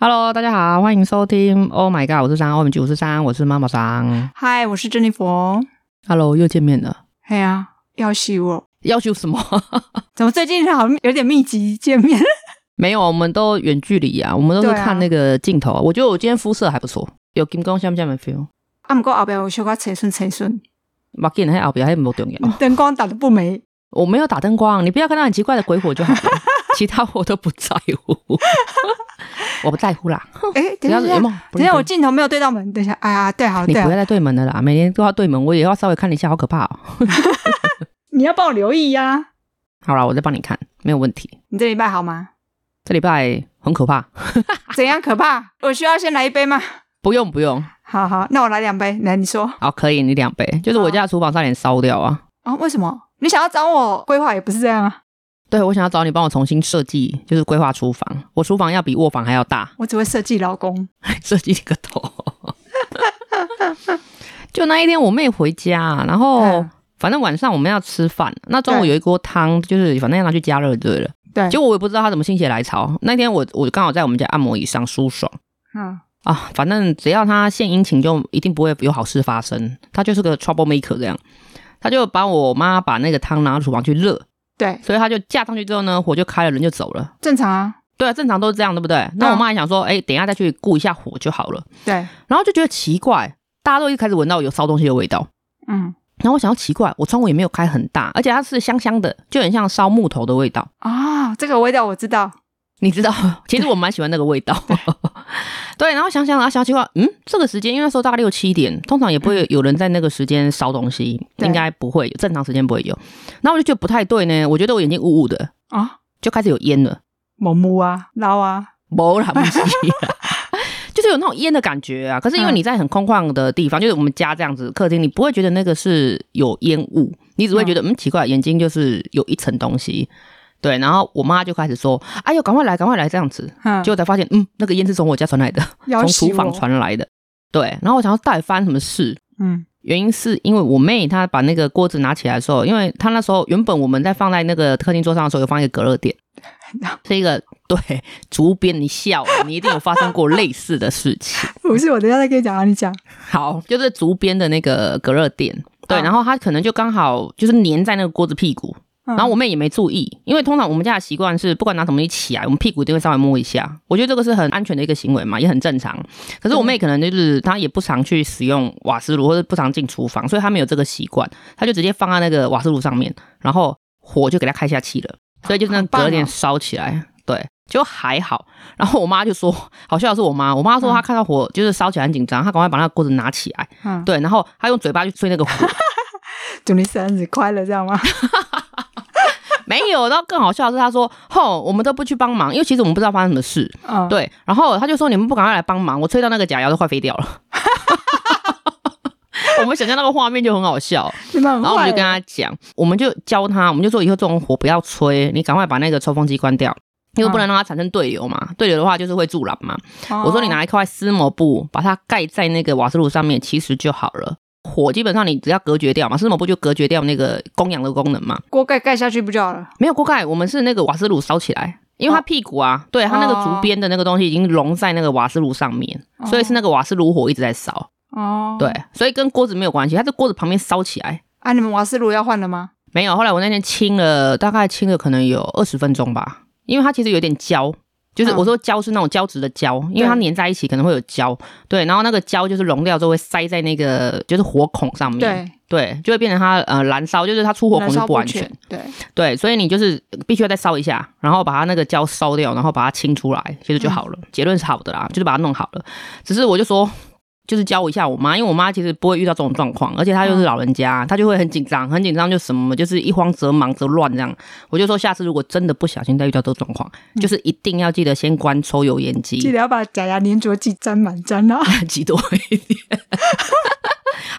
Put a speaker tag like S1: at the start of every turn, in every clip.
S1: Hello，大家好，欢迎收听。Oh my god，我是三 O M G，我是三，我是妈妈桑。
S2: 嗨，我是珍妮佛。
S1: Hello，又见面了，
S2: 哎呀，要死我！
S1: 要求什么？
S2: 怎么最近好像有点密集见面？
S1: 没有，我们都远距离啊，我们都是
S2: 对啊
S1: 看那个镜头啊。我觉得我今天肤色还不错，有金光像不像 feel？
S2: 啊，不过后边有小可扯顺扯顺，
S1: 目镜还后边还没重要，
S2: 灯光打的不美。
S1: 我没有打灯光，你不要看到很奇怪的鬼火就 好了，其他我都不在乎，我不在乎啦。
S2: 哎，
S1: 只
S2: 等
S1: 要
S2: 一下，
S1: 是
S2: 等一
S1: 有
S2: 下
S1: 梦，
S2: 等一下，我镜头没有对到门。等一下，哎呀，对好
S1: 你
S2: 对
S1: 不要，
S2: 好
S1: 再对门了啦，每天都要对门，我也要稍微看一下，好可怕哦。
S2: 你要帮我留意呀。
S1: 好啦，我再帮你看，没有问题。
S2: 你这礼拜好吗？
S1: 这礼拜很可怕，
S2: 怎样可怕？我需要先来一杯吗？
S1: 不用不用，
S2: 好好，那我来两杯。来，你说
S1: 好，可以，你两杯，就是我家的厨房差点烧掉啊。
S2: 啊、为什么你想要找我规划也不是这样啊？
S1: 对，我想要找你帮我重新设计，就是规划厨房。我厨房要比卧房还要大，
S2: 我只会设计老公。
S1: 设计你个头。 就那一天我妹回家，然后、
S2: 嗯
S1: 反正晚上我们要吃饭，那中午
S2: 对
S1: 有一锅汤，就是反正要拿去加热就对了。
S2: 对，
S1: 结果我也不知道她怎么心血来潮，那天我我刚好在我们家按摩椅上舒爽。
S2: 嗯，
S1: 啊，反正只要他献殷勤，就一定不会有好事发生。他就是个 trouble maker 这样，他就把我妈把那个汤拿到厨房去热，
S2: 对，
S1: 所以他就架上去之后呢，火就开了，人就走了。
S2: 正常啊。
S1: 对啊，正常都是这样，对不对？那我
S2: 嗯
S1: 妈也想说，哎、等一下再去顾一下火就好了。
S2: 对，
S1: 然后就觉得奇怪，大家都一开始闻到有烧东西的味道。
S2: 嗯
S1: 然后我想要奇怪，我窗户也没有开很大，而且它是香香的，就很像烧木头的味道。
S2: 啊、这个味道我知道。
S1: 你知道， 其实我蛮喜欢那个味道。 对，然后想想，然后想奇怪，嗯，这个时间，因为那时候大概六七点，通常也不会有人在那个时间烧东西，
S2: 嗯对
S1: 应该不会，正常时间不会有。然后我就觉得不太对呢，我觉得我眼睛雾雾的，
S2: 啊，
S1: 就开始有烟了，
S2: 某木啊，捞啊，
S1: 没啦，不是啦 就是有那种烟的感觉啊。可是因为
S2: 嗯
S1: 你在很空旷的地方，就是我们家这样子客厅，你不会觉得那个是有烟雾，你只会觉得嗯奇怪，眼睛就是有一层东西。对，然后我妈就开始说：“哎呦，赶快来，赶快来！”这样子，
S2: 嗯，
S1: 结果才发现，嗯，那个烟是从我家传来的，
S2: 要
S1: 从
S2: 死
S1: 厨房
S2: 我
S1: 传来的。对，然后我想要到底发生什么事？
S2: 嗯
S1: 原因是因为我妹她把那个锅子拿起来的时候，因为她那时候原本我们在放在那个客厅桌上的时候，有放一个隔热垫，是一个 对竹编。你笑了，你一定有发生过类似的事情。
S2: 不是，我等一下再跟你讲啊，你讲。
S1: 好，就是竹编的那个隔热垫，对，
S2: 嗯
S1: 然后它可能就刚好就是粘在那个锅子屁股，
S2: 然
S1: 然后我妹也没注意，因为通常我们家的习惯是，不管拿什么东西起来，我们屁股一定会稍微摸一下。我觉得这个是很安全的一个行为嘛，也很正常。可是我妹可能就是她也不常去使用瓦斯炉，或者不常进厨房，所以她没有这个习惯，她就直接放在那个瓦斯炉上面，然后火就给她开下去了，所以就那
S2: 好棒
S1: 隔
S2: 哦
S1: 点烧起来。对，就还好。然后我妈就说，好笑的是我妈，我妈说她看到火就是烧起来很紧张，她赶快把那个锅子拿起来，
S2: 嗯，
S1: 对，然后她用嘴巴去吹那个火，
S2: 祝你生日快乐，这样 吗？
S1: 没有。然后更好笑的是，她说， 吼，我们都不去帮忙，因为其实我们不知道发生什么事。
S2: 嗯，
S1: 对，然后他就说你们不赶快来帮忙，我吹到那个假牙都快飞掉了。 我们想象那个画面就很好笑，
S2: 你们很
S1: 然后
S2: 坏。欸
S1: 我们就跟他讲，我们就教他，我们就说以后这种火不要吹，你赶快把那个抽风机关掉，因为不能让它产生对流嘛，对流的话就是会助燃嘛。
S2: 嗯哦
S1: 我说你拿一块丝抹布把它盖在那个瓦斯炉上面，其实就好了。火基本上你只要隔绝掉嘛，丝抹布就隔绝掉那个供氧的功能嘛。
S2: 锅盖盖下去不就好了？
S1: 没有锅盖，我们是那个瓦斯炉烧起来，因为
S2: 哦
S1: 它屁股啊，对它那个竹边的那个东西已经融在那个瓦斯炉上面，
S2: 哦
S1: 所以是那个瓦斯炉火一直在烧，
S2: 哦，
S1: 对，所以跟锅子没有关系，它在锅子旁边烧起来。
S2: 啊，你们瓦斯炉要换了吗？
S1: 没有，后来我那天清了，大概清了可能有二十分钟吧，因为它其实有点焦，就是
S2: 嗯
S1: 我说焦是那种胶质的胶，因为它
S2: 对
S1: 粘在一起可能会有焦，对，然后那个胶就是融掉之后会塞在那个就是火孔上面，
S2: 对，
S1: 对，就会变成它呃燃烧，就是它出火孔
S2: 燃
S1: 就
S2: 烧
S1: 不
S2: 不
S1: 完全，。嗯
S2: 对，
S1: 对，所以你就是必须要再烧一下，然后把它那个胶烧掉，然后把它清出来，其实就好了。结论是好的啦，就是把它弄好了。只是我就说，就是教我一下我妈，因为我妈其实不会遇到这种状况，而且她又是老人家，她就会很紧张，很紧张就什么就是一慌则忙则乱这样。我就说，下次如果真的不小心再遇到这个状况，就是一定要记得先关抽油烟机，
S2: 记得要把假牙粘着剂沾满啊沾 了。
S1: 挤多一点。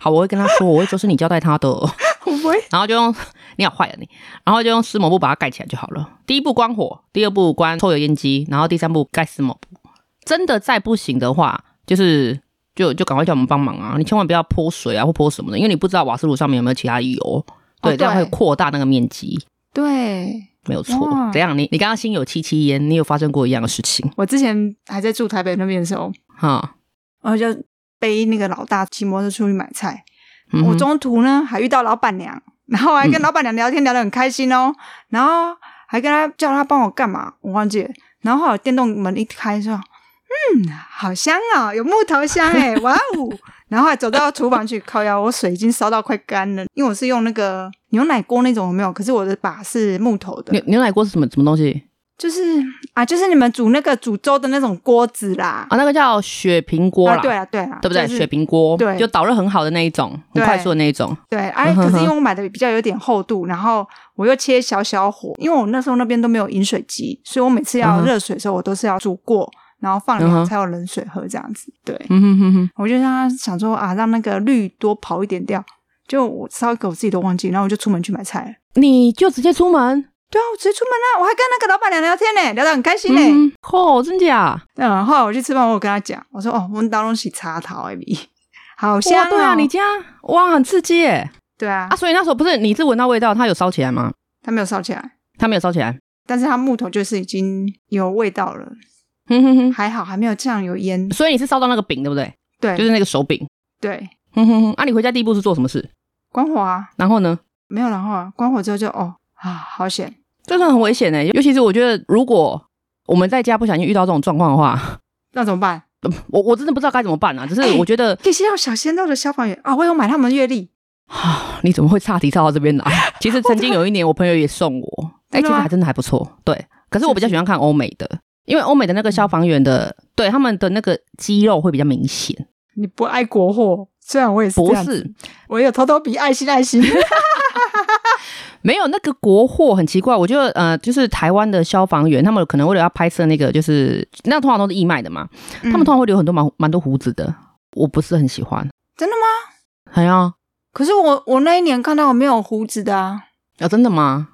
S1: 好，我会跟她说，我会说是你交代她的。哦
S2: 我不会，
S1: 然后就用 你好坏啊你，然后就用湿抹布把它盖起来就好了。第一步关火，第二步关抽油烟机，然后第三步盖湿抹布。真的再不行的话，就是就就赶快叫我们帮忙啊！你千万不要泼水啊或泼什么的，因为你不知道瓦斯炉上面有没有其他油，对，
S2: 哦
S1: 这样会
S2: 对
S1: 扩大那个面积。
S2: 对，
S1: 没有错
S2: 哇。
S1: 怎样？你你刚刚心有戚戚焉，你有发生过一样的事情
S2: 我之前还在住台北那边的时候，
S1: 哈？
S2: 然后就背那个老大骑摩托车出去买菜，
S1: 嗯
S2: 我
S1: 哼
S2: 中途呢还遇到老板娘，然后我还跟老板娘聊天，聊得很开心哦，然后还跟她叫她帮我干嘛，我忘记了。然后后来电动门一开说，嗯，好香哦，有木头香 哎，哇哦！然后还走到厨房去靠腰，我水已经烧到快干了，因为我是用那个牛奶锅那种，有没有？可是我的把是木头的
S1: 牛，牛奶锅是什么什么东西
S2: 就是啊，就是你们煮那个煮粥的那种锅子啦。
S1: 啊？那个叫雪平锅啦，
S2: 啊，对啊，对啊，
S1: 对不对？
S2: 就是
S1: 雪平锅，
S2: 对
S1: 就导热很好的那一种，很
S2: 对
S1: 快速的那一种。
S2: 对， 哎、
S1: 嗯哼
S2: 可是因为
S1: 哼
S2: 我买的比较有点厚度，然后我又切小小火，因为我那时候那边都没有饮水机，所以我每次
S1: 嗯
S2: 要
S1: 哼
S2: 热水的时候，我都是要煮过，然后放
S1: 嗯哼
S2: 凉才有冷水喝这样子。对，
S1: 嗯哼哼哼，
S2: 我就让他想说啊，让那个绿多跑一点掉，就我烧一个我自己都忘记，然后我就出门去买菜了。
S1: 你就直接出门？
S2: 对啊，我直接出门啦、我还跟那个老板娘聊天呢、聊得很开心呢、
S1: 嗯，哦，真假？
S2: 嗯，后来我去吃饭，我有跟他讲，我说哦，我们当中洗茶桃艾米，好香、
S1: 哇，
S2: 哦、
S1: 对啊，你家哇很刺激耶！
S2: 对啊
S1: 啊，，所以那时候不是你是闻到味道，它有烧起来吗？
S2: 他没有烧起来，
S1: 它没有烧起来。
S2: 但是它木头就是已经有味道了。
S1: 哼哼哼，
S2: 还好还没有酱油烟。
S1: 所以你是烧到那个饼对不对？
S2: 对，
S1: 就是那个手饼。
S2: 对，
S1: 哼哼哼，啊，你回家第一步是做什么事？
S2: 关火啊，
S1: 然后呢？
S2: 没有然后啊，关火之后就哦啊，好险，
S1: 这真的很危险呢，尤其是我觉得，如果我们在家不小心遇到这种状况的话，
S2: 那怎么办？
S1: 我我真的不知道该怎么办啊！只是我觉得，
S2: 可以先到小鲜肉的消防员啊，我有买他们的月历，
S1: 啊，你怎么会差题差到这边 来？其实曾经有一年，我朋友也送我，哎、其
S2: 真的
S1: 实
S2: 吗
S1: 还真的还不错。对，可是我比较喜欢看欧美的，因为欧美的那个消防员的，
S2: 嗯
S1: 对他们的那个肌肉会比较明显。
S2: 你不爱国货？虽然我也是这
S1: 不
S2: 样子，
S1: 是，
S2: 我有偷偷比爱心爱心。
S1: 没有那个国货很奇怪，我觉得呃，就是台湾的消防员，他们可能为了要拍摄那个，就是那通常都是义卖的嘛， 他们通
S2: 嗯、
S1: 常会留很多蛮蛮多胡子的，我不是很喜欢。
S2: 真的吗？
S1: 哎呀，
S2: 可是我我那一年看到我没有胡子的啊，
S1: 啊，真的 吗？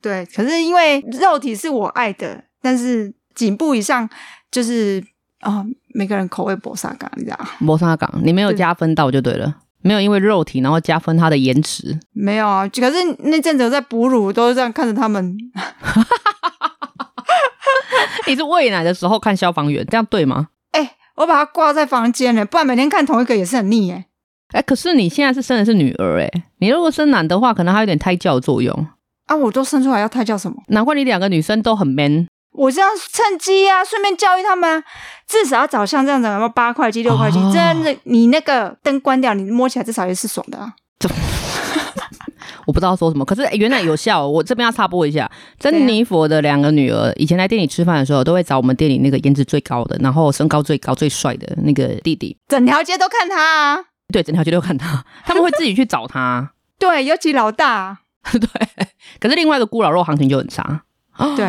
S2: 对，可是因为肉体是我爱的，但是颈部以上就是啊、每个人口味不相干，你知道吗？
S1: 磨砂港，你没有
S2: 对
S1: 加分到就对了，没有因为肉体然后加分他的颜值。
S2: 没有啊，可是那阵子我在哺乳，都是这样看着他们，
S1: 你是喂奶的时候看消防员，这样对吗？
S2: 哎、我把它挂在房间呢，不然每天看同一个也是很腻哎。
S1: 哎、可是你现在是生的是女儿哎、你如果生男的话，可能还有点胎教的作用。
S2: 啊，我都生出来要胎教什么？
S1: 难怪你两个女生都很 man，
S2: 我这样趁机啊，顺便教育他们啊，至少要找像这样子，有没有八块肌、六块肌？
S1: 哦
S2: 真的，你那个灯关掉，你摸起来至少也是爽的啊。
S1: 我不知道说什么，可是、哎原来有效哦、我这边要插播一下，珍妮佛的两个女儿以前来店里吃饭的时候，都会找我们店里那个颜值最高的，然后身高最高、最帅的那个弟弟。
S2: 整条街都看他啊，
S1: 对，整条街都看他，他们会自己去找 他。
S2: 对，尤其老大，啊
S1: 对，可是另外一个孤老肉行情就很差。
S2: 对，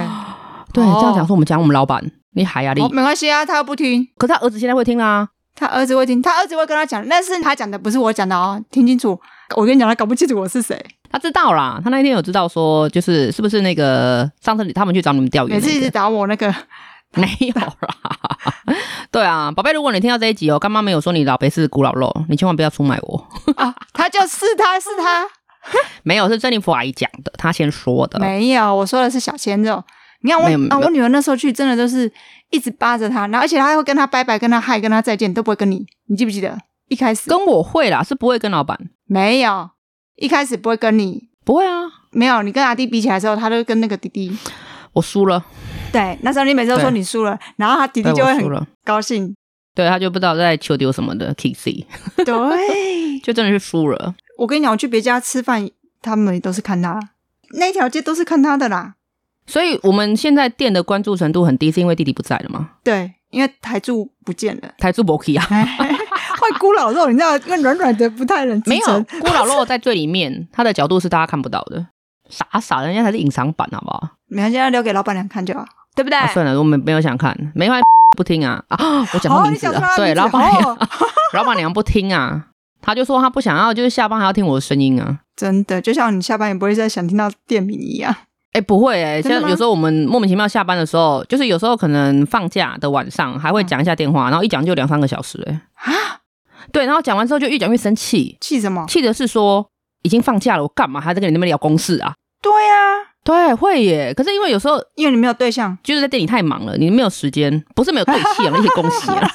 S1: 对，
S2: 哦
S1: 这样讲说我们讲我们老板厉害压力，
S2: 哦，没关系啊，他又不听，
S1: 可是他儿子现在会听啦、
S2: 他儿子会听，他儿子会跟他讲，但是他讲的不是我讲的哦，听清楚，我跟你讲，他搞不清楚我是谁，
S1: 他知道啦，他那天有知道说，就是是不是那个上次他们去找你们钓鱼、
S2: 每
S1: 那
S2: 次一直
S1: 个，
S2: 打我那个，
S1: 没有啦。 对啊，宝贝，如果你听到这一集哦，干妈没有说你老贝是古老肉，你千万不要出卖我。
S2: 啊，他就是他是他。
S1: 没有，是珍妮弗阿姨讲的，她先说的。
S2: 没有，我说的是小鲜肉。你看我
S1: 没有没有
S2: 啊，我女儿那时候去，真的都是一直扒着她，然后而且她还会跟她拜拜、跟她嗨、跟她再见，都不会跟你。你记不记得一开始
S1: 跟我会啦，是不会跟老板，
S2: 没有？一开始不会跟你，
S1: 不会啊，
S2: 没有。你跟阿弟比起来之后，她都跟那个弟弟。
S1: 我输了，
S2: 对，那时候你每次都说
S1: 对
S2: 你输了，然后他弟弟
S1: 对，
S2: 就会
S1: 我输
S2: 很
S1: 了。
S2: 高兴。
S1: 对他就不知道在求丢什么的，Kissy
S2: 对，
S1: 就真的是输了。
S2: 我跟你讲，我去别家吃饭，他们也都是看他，那一条街都是看他的啦。
S1: 所以我们现在店的关注程度很低，是因为弟弟不在了吗？，
S2: 对，因为台柱不见了
S1: 台柱博 k 啊，
S2: 会咕老肉，你知道，因为软软的不太能支
S1: 没有
S2: 撑
S1: 郭老肉在最里面，他的角度是大家看不到的，傻傻的，人家才是隐藏版，好不好？
S2: 没关系，要留给老板娘看就好，对不对？
S1: 啊、算了，我们没有想看，没关系，不听啊啊！我讲
S2: 哦
S1: 错
S2: 你
S1: 名字
S2: 讲
S1: 了，
S2: 出他
S1: 对，
S2: 名字
S1: 老板娘，
S2: 哦
S1: 老板娘不听啊，他就说他不想要，就是下班还要听我的声音啊。
S2: 真的，就像你下班也不会再想听到店名一样。
S1: 哎、不会哎、
S2: 真的吗
S1: 像有时候我们莫名其妙下班的时候，就是有时候可能放假的晚上还会讲一下电话，然后一讲就两三个小时哎、
S2: 嗯啊，
S1: 对，然后讲完之后就越讲越生气，
S2: 气什么？
S1: 气的是说已经放假了，我干嘛还在跟你那边聊公事啊？
S2: 对呀、
S1: 对，会耶。可是因为有时候
S2: 因为你没有对象，
S1: 就是在店里太忙了，你没有时间，不是没有对戏啊，那些恭喜啊，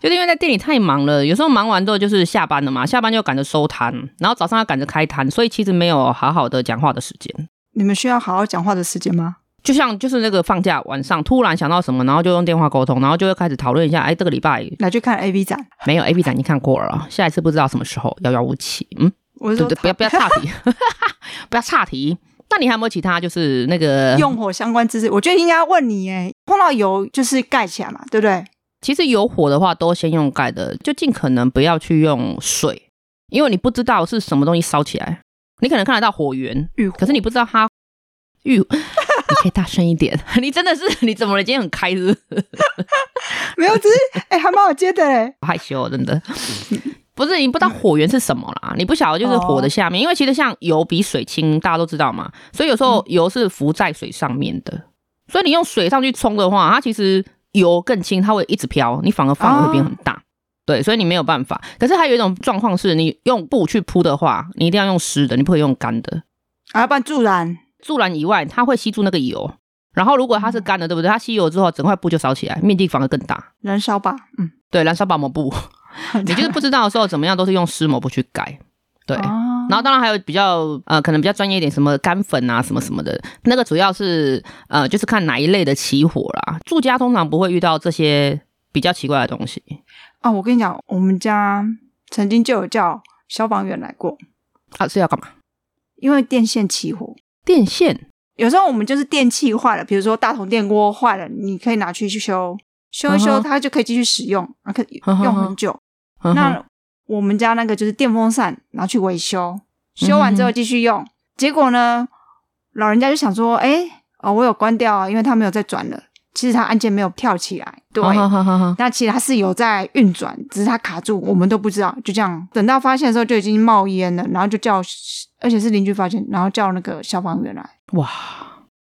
S1: 就是因为在店里太忙了，有时候忙完之后就是下班了嘛，下班就赶着收摊，然后早上要赶着开摊，所以其实没有好好的讲话的时间。
S2: 你们需要好好讲话的时间吗？
S1: 就像就是那个放假晚上突然想到什么，然后就用电话沟通，然后就会开始讨论一下，哎，这个礼拜
S2: 来去看 A V 展，
S1: 没有 A B 展已经看过了啊，下一次不知道什么时候，遥遥无期。嗯，
S2: 我
S1: 对
S2: 是说
S1: 对，不要不要岔题， 不要岔题。那你还有没有其他就是那个
S2: 用火相关知识，我觉得应该要问你哎，碰到油就是盖起来嘛，对不对？
S1: 其实有火的话，都先用盖的，就尽可能不要去用水，因为你不知道是什么东西烧起来。你可能看得到火源，
S2: 浴火
S1: 可是你不知道它浴。 你可以大声一点， 你真的是你怎么了？今天很开是不是
S2: 没有，只 是哎、还蛮好接的哎。
S1: 好害羞哦、真的。不是你不知道火源是什么啦，你不晓得就是火的下面，因为其实像油比水轻，大家都知道嘛，所以有时候油是浮在水上面的，所以你用水上去冲的话，它其实油更轻，它会一直飘，你反而范围会变很大。对，所以你没有办法。可是还有一种状况是，你用布去铺的话，你一定要用湿的，你不可以用干的。
S2: 啊，要不然助燃，
S1: 助燃以外，它会吸住那个油，然后如果它是干的，对不对？它吸油之后，整块布就烧起来，面积反而更大。
S2: 燃烧吧，嗯，
S1: 对，燃烧保膜布。 你 就是不知道的时候怎么样，都是用湿抹布去改。对，
S2: 哦
S1: 然后当然还有比较呃，可能比较专业一点，什么干粉啊，什么什么的，那个主要是呃，就是看哪一类的起火啦。住家通常不会遇到这些比较奇怪的东西。
S2: 啊，我跟你讲，我们家曾经就有叫消防员来过，
S1: 啊，是要干嘛？
S2: 因为电线起火。
S1: 电线
S2: 有时候我们就是电器坏了，比如说大同电锅坏了，你可以拿去去修，修一
S1: 嗯
S2: 修
S1: 哼嗯
S2: 它就可以继续使用，啊，可以
S1: 嗯哼
S2: 用很久。
S1: 呵呵
S2: 那我们家那个就是电风扇拿去维修，修完之
S1: 嗯
S2: 后继续用。结果呢，老人家就想说，哎、哦，我有关掉啊，因为它没有再转了。其实它按键没有跳起来，对。
S1: 呵呵呵呵
S2: 那其实它是有在运转，只是它卡住，我们都不知道。就这样，等到发现的时候就已经冒烟了，然后就叫，而且是邻居发现，然后叫那个消防员来。
S1: 哇，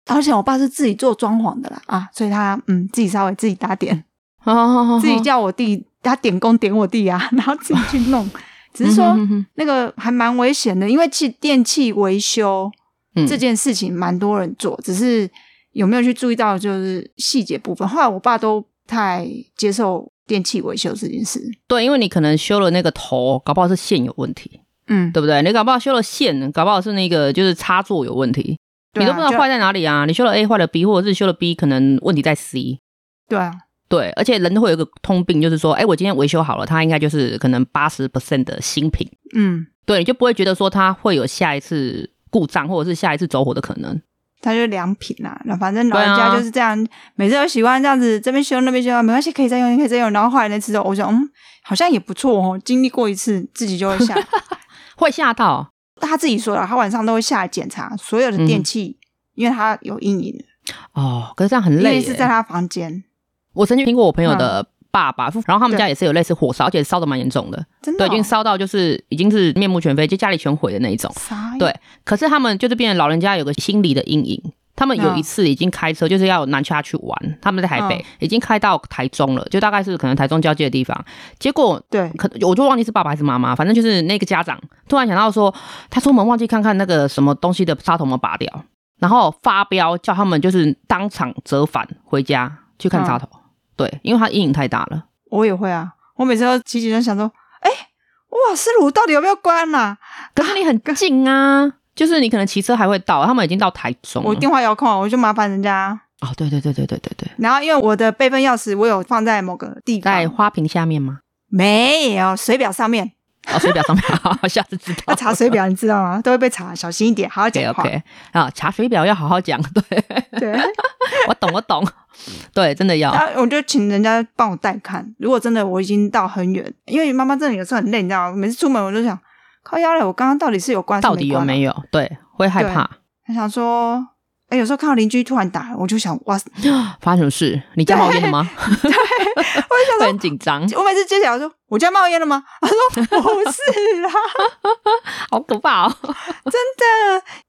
S2: 而且我爸是自己做装潢的啦，啊，所以他嗯自己稍微自己打点，
S1: 呵呵呵呵
S2: 自己叫我弟，他点工点我弟啊，然 后自己去弄。只是说
S1: 嗯哼哼哼
S2: 那个还蛮危险的，因为其实电器维修
S1: 嗯
S2: 这件事情蛮多人做，只是有没有去注意到就是细节部分。后来我爸都不太接受电器维修这件事，
S1: 对，因为你可能修了那个头，搞不好是线有问题，
S2: 嗯，
S1: 对不对？你搞不好修了线，搞不好是那个就是插座有问题，
S2: 对
S1: 你
S2: 啊
S1: 都不知道
S2: 就
S1: 坏在哪里啊！你修了 A 坏了 B，或者是修了 B 可能问题在 C。
S2: 对啊，
S1: 对，而且人都会有一个通病，就是说，哎，我今天维修好了，它应该就是可能八十 percent 的新品，
S2: 嗯，
S1: 对，你就不会觉得说它会有下一次故障或者是下一次走火的可能。
S2: 他就良品啦、那反正老人
S1: 对啊
S2: 家就是这样，每次都喜欢这样子，这边修那边修，没关系，可以再用，可以再用。然后后来那次之后，我想，嗯，好像也不错哦，经历过一次，自己就会下。
S1: 会吓到，
S2: 他自己说啊了，他晚上都会下来检查所有的电器，因为他有阴影，
S1: 哦，可是这样很
S2: 因
S1: 嗯累
S2: 为是在
S1: 耶。
S2: 他房间，
S1: 我曾经听过我朋友的爸爸，然后他们家
S2: 对
S1: 也是有类似火烧，而且烧的蛮严重的，
S2: 真的
S1: 对，
S2: 哦、
S1: 已经烧到就是已经是面目全非，就家里全毁的那一种。
S2: 傻眼
S1: 对可是他们就是变成老人家有个心理的阴影。他们有嗯一次已经开车，就是要南下去玩，他们在台北、
S2: 嗯
S1: 已经开到台中了，就大概是可能台中交界的地方。结果
S2: 对，
S1: 可我就忘记是爸爸还是妈妈，反正就是那个家长突然想到说，他出门忘记看看那个什么东西的插头有没有拔掉，然后发飙叫他们就是当场折返回家去看插头。对，因为他阴影太大了。
S2: 我也会啊，我每次都起起身想说，哎、瓦斯炉到底有没有关啊啦、
S1: 可是你很近啊，就是你可能骑车还会到，他们已经到台中了。
S2: 我电话遥控啊，我就麻烦人家。
S1: 哦，对对对对对对对，
S2: 然后因为我的备份钥匙我有放在某个地方，
S1: 在花瓶下面吗？
S2: 没有水表上面。
S1: 哦，水表上面，好，下次知道。
S2: 要查水表，你知道吗？都 会被查，小心一点，好好
S1: OK
S2: 讲话。
S1: OK 啊，查水表要好好讲， 对
S2: 对，
S1: 我懂我 懂，对，真的要
S2: 然后我就请人家帮我带看。如果真的我已经到很远，因为妈妈真的有时候很累，你知道吗？每次出门我就想靠腰了，我刚刚到底是有关
S1: 到底有没
S2: 有？
S1: 有？对，会害怕
S2: 他想说，哎，有时候看到邻居突然打来，我就想哇，
S1: 发生什么事？你家冒烟了吗？
S2: 我
S1: 会
S2: 就想
S1: 很紧张，
S2: 说，我每次接起来我说我家冒烟了吗？他说不是 啦，
S1: 好可怕哦！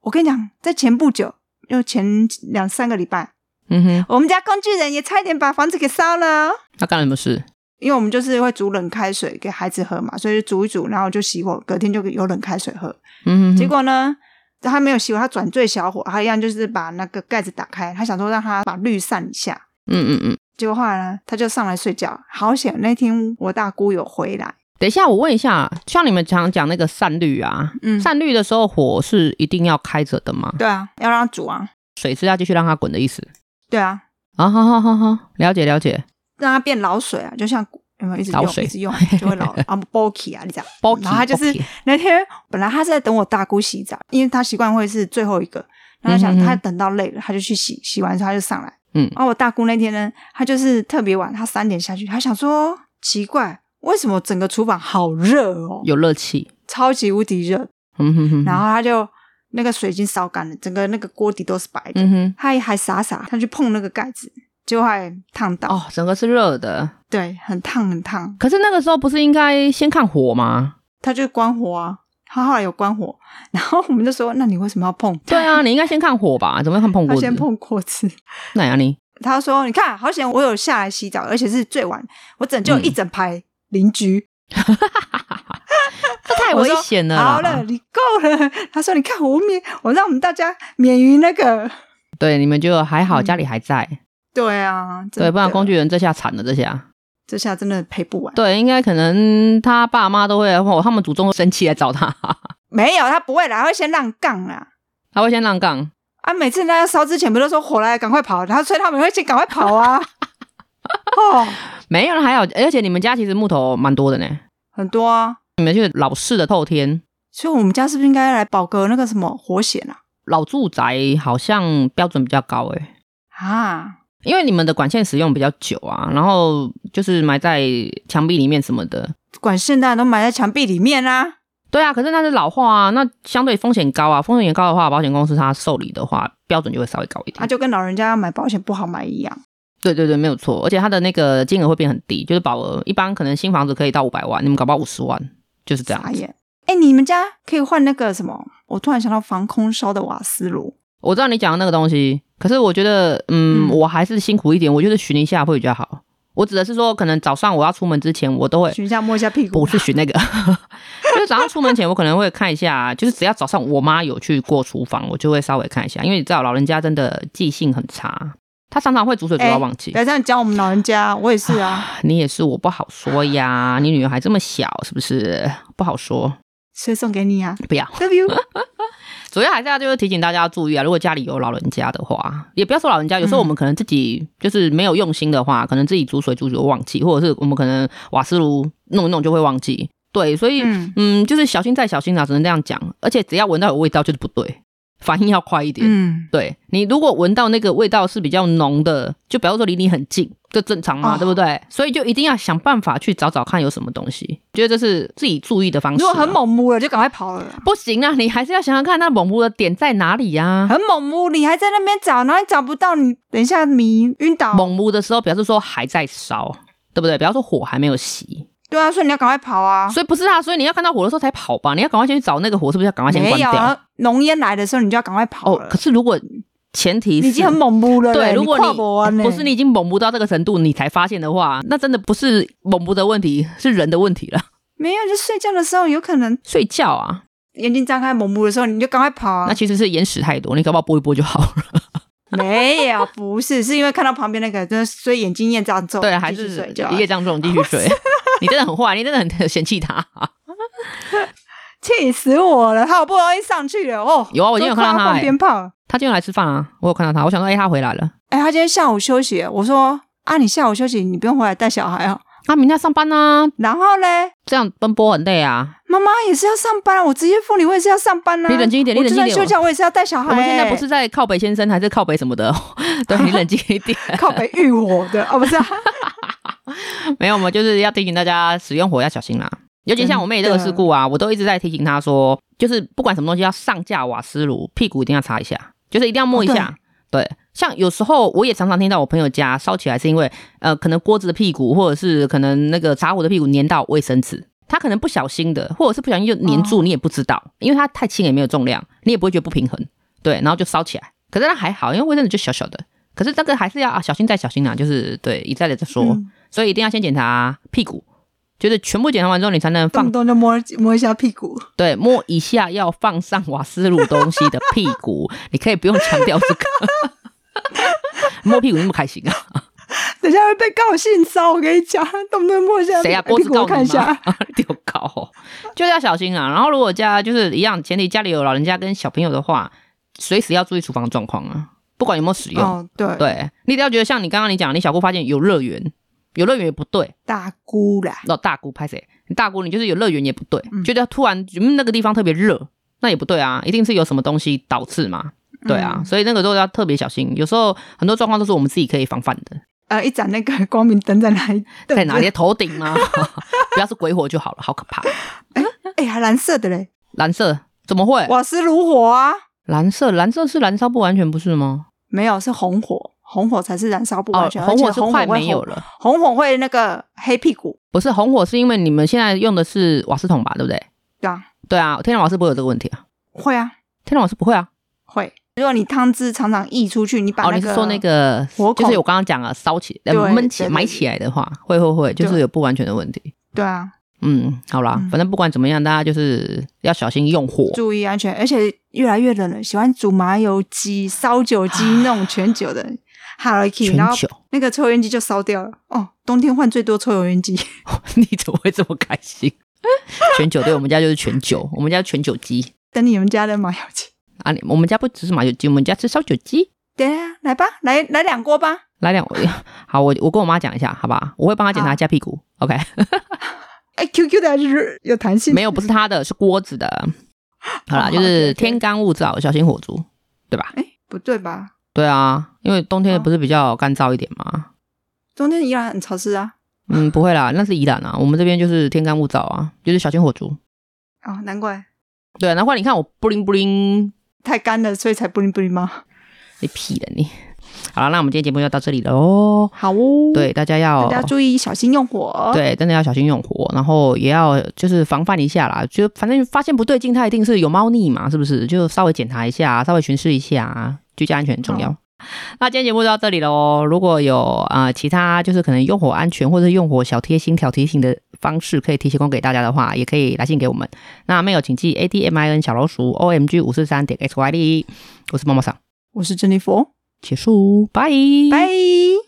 S2: 我跟你讲，在前不久，就前两三个礼拜，
S1: 嗯哼，
S2: 我们家工具人也差一点把房子给烧了。哦
S1: 那干了什么事？
S2: 因为我们就是会煮冷开水给孩子喝嘛，所以就煮一煮，然后就熄火，隔天就有冷开水喝。
S1: 嗯哼，
S2: 结果呢，他没有熄火，他转最小火，他一样就是把那个盖子打开，他想说让它把绿散一下。
S1: 嗯嗯嗯。
S2: 结果后来呢，他就上来睡觉。好险，那天我大姑有回来。
S1: 等一下，我问一下，像你们常讲那个散绿啊，
S2: 嗯
S1: 散绿的时候火是一定要开着的吗？
S2: 对啊，要让它煮啊。
S1: 水是要继续让它滚的意思？
S2: 对啊，
S1: 啊，好好好好，了解了解。
S2: 让它变老水啊，就像有没有一直用
S1: 老水
S2: 一直用就会 老啊 b o k y 啊，你知道。
S1: 包皮
S2: 然后他就是
S1: 包皮
S2: 那天本来他是在等我大姑洗澡，因为他习惯会是最后一个。然后他
S1: 嗯
S2: 想
S1: 哼哼
S2: 他等到累了，他就去洗，洗完之后他就上来。
S1: 嗯
S2: 然后我大姑那天呢，她就是特别晚，她三点下去，她想说奇怪，为什么整个厨房好热哦，
S1: 有热气，
S2: 超级无敌热。
S1: 嗯哼哼，
S2: 然后她就那个水已经烧干了，整个那个锅底都是白的。
S1: 嗯哼，
S2: 她还傻傻，她去碰那个盖子，结果还烫到。
S1: 哦，整个是热的。
S2: 对，很烫很烫。
S1: 可是那个时候不是应该先看火吗？
S2: 他就关火啊，他后来有关火，然后我们就说，那你为什么要碰？
S1: 对啊，你应该先看火吧？怎么会看碰
S2: 他
S1: 锅子
S2: 先？碰锅子，
S1: 哪呀你？
S2: 他说，你看，好险我有下来洗澡，而且是最晚，我拯救一整排邻居，
S1: 这太
S2: 我
S1: 危
S2: 说
S1: 险了啦。
S2: 好了，你够了。 他说，你看我免，我让我们大家免于那个，
S1: 对，你们就还好，
S2: 嗯
S1: 家里还在。
S2: 对啊，真
S1: 对，
S2: 的
S1: 不然工具人这下惨了，这下。
S2: 这下真的赔不完。
S1: 对，应该可能他爸妈都会，哦他们祖宗会生气来找他，
S2: 没有，他不会来，他会先让杠啊。
S1: 他会先让杠。
S2: 啊，每次人家要烧之前，不都说火来赶快跑，他所以他们会先赶快跑啊。 哦，
S1: 没有，还有，而且你们家其实木头蛮多的呢。
S2: 很多啊，
S1: 你们就是老式的透天
S2: 所以我们家是不是应该来保个那个什么火险啊？
S1: 老住宅，好像标准比较高欸诶、
S2: 啊，
S1: 因为你们的管线使用比较久啊，然后就是埋在墙壁里面什么的。
S2: 管线当然都埋在墙壁里面啦、
S1: 对啊，可是那是老化啊，那相对风险高啊，风险高的话，保险公司它受理的话标准就会稍微高一点。
S2: 啊，就跟老人家要买保险不好买一样。
S1: 对对对，没有错，而且它的那个金额会变很低，就是保额一般可能新房子可以到五百万，你们搞不好五十万，就是这
S2: 傻
S1: 样。
S2: 眼！哎、你们家可以换那个什么？我突然想到防空烧的瓦斯炉，
S1: 我知道你讲的那个东西，可是我觉得，嗯，
S2: 嗯
S1: 我还是辛苦一点，我觉得巡一下会比较好。我指的是说，可能早上我要出门之前，我都会
S2: 寻一下摸一下屁股。
S1: 不是巡那个， 就是早上出门前，我可能会看一下，啊就是只要早上我妈有去过厨房，我就会稍微看一下，因为你知道老人家真的记性很差，她常常会煮水煮到
S2: 哎
S1: 忘记。
S2: 不要这样讲我们老人家，我也是 啊。
S1: 你也是，我不好说呀，你女儿还这么小，是不是不好说？
S2: 所以送给你啊
S1: 不要，
S2: ，love you。
S1: 主要还是要就是提醒大家要注意啊，如果家里有老人家的话，也不要说老人家，有时候我们可能自己就是没有用心的话，可能自己煮水煮久忘记，或者是我们可能瓦斯炉弄一弄就会忘记。对，所以嗯
S2: 嗯
S1: 就是小心再小心啊，只能这样讲。而且只要闻到有味道就是不对，反应要快一点。
S2: 嗯，
S1: 对你如果闻到那个味道是比较浓的，就比方说离你很近，这正常嘛，
S2: 哦
S1: 对不对？所以就一定要想办法去找找看有什么东西，觉得这是自己注意的方式
S2: 如
S1: 啊、
S2: 果很猛摸了，就赶快跑了。
S1: 不行啊，你还是要想想看那猛扑的点在哪里呀、
S2: 很猛摸，你还在那边找，然后你找不到，你等一下迷晕倒。
S1: 猛扑的时候表示说还在烧，对不对？表示说火还没有熄，
S2: 对啊，所以你要赶快跑啊。
S1: 所以不是啊，所以你要看到火的时候才跑吧，你要赶快先去找那个火，是不是要赶快先
S2: 没
S1: 关
S2: 有
S1: 掉？
S2: 啊，浓烟来的时候你就要赶快跑
S1: 哦
S2: 了。，
S1: 可是如果前提
S2: 你已
S1: 是
S2: 经很猛扑了嘞。
S1: 对，如果
S2: 跨不完嘞
S1: 不是你已经猛扑到这个程度，你才发现的话，那真的不是猛扑的问题，是人的问题了。
S2: 没有，就睡觉的时候有可能
S1: 睡觉啊，
S2: 眼睛张开蒙目的时候，你就赶快跑啊
S1: 那！其实是眼屎太多，你搞不好拨一拨就好了。
S2: 没有，不是，是因为看到旁边那个，就是所以眼睛夜障重，
S1: 对，还
S2: 继续
S1: 是
S2: 睡觉啊。
S1: 业障重，继续 睡。你真的很坏，你真的很嫌弃他。
S2: 气死我了！他好不容易上去了哦，
S1: 有啊我今天有看到他
S2: 都快要放
S1: 哎
S2: 鞭炮。
S1: 他今天来吃饭啊，我有看到他，我想说，哎、他回来了，
S2: 哎，他今天下午休息，我说啊，你下午休息，你不用回来带小孩哦。
S1: 他、明天要上班啊，
S2: 然后嘞，
S1: 这样奔波很累啊。
S2: 妈妈也是要上班啊，我职业妇女，我也是要上班 啊。
S1: 你冷静一点你
S2: 我
S1: 冷静一点
S2: 就算休假，我也是要带小孩
S1: 我
S2: 哎。
S1: 们现在不是在靠北先生，还是靠北什么的？ 对你冷静一点，
S2: 靠北浴火的哦，不 是啊，
S1: 没有，我们就是要提醒大家使用火要小心啦。尤其像我妹这个事故啊，我都一直在提醒她说，就是不管什么东西要上架瓦斯炉，屁股一定要擦一下，就是一定要摸一下。对，像有时候我也常常听到我朋友家烧起来是因为，呃，可能锅子的屁股，或者是可能那个茶壶的屁股粘到卫生纸，他可能不小心的，或者是不小心就粘住，你也不知道，因为它太轻也没有重量，你也不会觉得不平衡，对，然后就烧起来。可是那还好，因为卫生纸就小小的，可是这个还是要啊小心再小心啊，就是对一再的说，
S2: 嗯
S1: 所以一定要先检查屁股，就是全部检查完之后，你才能
S2: 动
S1: 放
S2: 不动就摸摸一下屁股，
S1: 对摸一下要放上瓦斯炉东西的屁股， 你可以不用强调这个。摸屁股那么开心 啊？
S2: 等一下会被告性骚扰。我跟你讲，动不动摸一下
S1: 谁呀、
S2: 啊
S1: 啊
S2: 屁
S1: 郭子
S2: 股，
S1: 告
S2: 我看一
S1: 你吗
S2: 下。？
S1: 丢高、哦，就是要小心啊。然后如果家就是一样，前提家里有老人家跟小朋友的话，随时要注意厨房状况啊，不管有没有使用。
S2: 哦，对，
S1: 对你一定要觉得像你刚刚你讲，你小姑发现有乐园，有乐园也不对，
S2: 大姑啦，
S1: 那大姑拍谁？你大姑你就是有乐园也不对，
S2: 嗯
S1: 觉得突然嗯那个地方特别热，那也不对啊，一定是有什么东西导致嘛。对啊，
S2: 嗯
S1: 所以那个都要特别小心。有时候很多状况都是我们自己可以防范的，
S2: 呃，一盏那个 光明灯在哪里？
S1: 在哪里？头顶吗？ 不要是鬼火就好了，好可怕。
S2: 哎、还蓝色的嘞，
S1: 蓝色怎么会？
S2: 瓦斯炉火啊，
S1: 蓝色，蓝色是燃烧不完全，不是吗？
S2: 没有，是红火，红火才是燃烧不完全，
S1: 哦，
S2: 而
S1: 红
S2: 且
S1: 火是
S2: 红
S1: 快
S2: 火会
S1: 没有
S2: 红
S1: 了，
S2: 红火会那个黑屁股，
S1: 不是红火是因为你们现在用的是瓦斯桶吧，对不对？
S2: 对啊，
S1: 对啊，天然瓦斯不会有这个问题啊，
S2: 会啊，
S1: 天然瓦斯不会啊。
S2: 会。如果你汤汁常常溢出去，你把
S1: 哦，你是说那个
S2: 火孔
S1: 就是我刚刚讲了，烧起呃
S2: 对
S1: 闷起
S2: 对对
S1: 埋起来的话，会会会，就是
S2: 对
S1: 有不完全的问题。
S2: 对啊，
S1: 嗯，好啦，
S2: 嗯
S1: 反正不管怎么样，大家就是要小心用火。
S2: 注意安全，而且越来越冷了，喜欢煮麻油鸡、烧酒鸡那种全酒 的人。Hello Kitty，
S1: 全
S2: 然后
S1: 球，
S2: 那个抽油烟机就烧掉了。哦，冬天换最多抽油烟机，
S1: 你怎么会这么开心？全酒对我们家就是全酒，我们家全酒鸡
S2: 等你们家的麻油鸡。
S1: 啊，你我们家不只是麻油鸡，我们家吃烧酒鸡。
S2: 等一下啊来吧，来来两锅吧。
S1: 来两，好，我我跟我妈讲一下，好吧？我会帮她检查一下屁股。OK，
S2: 哎，QQ 的还是有弹性，
S1: 没有，不是她的，是锅子 的。好啦，
S2: 哦
S1: 就是
S2: 好，OK，OK
S1: 天干物燥，小心火烛，对吧？
S2: 哎，不对吧？
S1: 对啊，因为冬天不是比较干燥一点嘛。
S2: 冬天依然很潮湿啊。
S1: 嗯，不会啦，那是宜兰啊，我们这边就是天干物燥啊，就是小心火烛。
S2: 哦，难怪
S1: 对啊，然后你看我布灵布灵，
S2: 太干了，所以才不灵不灵吗？
S1: 你屁了你。好了，那我们今天节目就到这里了哦。
S2: 好哦，
S1: 对，，大家要
S2: 大家注意小心用火。，
S1: 对，真的要小心用火，然后也要就是防范一下啦。就反正发现不对劲，它一定是有猫腻嘛，是不是？就稍微检查一下，稍微巡视一下啊，居家安全很重要。那今天节目就到这里喽。如果有啊、呃其他就是可能用火安全或者是用火小贴心、小提醒的方式可以提供给大家的话，也可以来信给我们。那没有，请记 A D M I N 小老鼠 O M G 五四三点 X Y D。我是猫猫桑，
S2: 我是珍妮佛，
S1: 结束，拜
S2: 拜。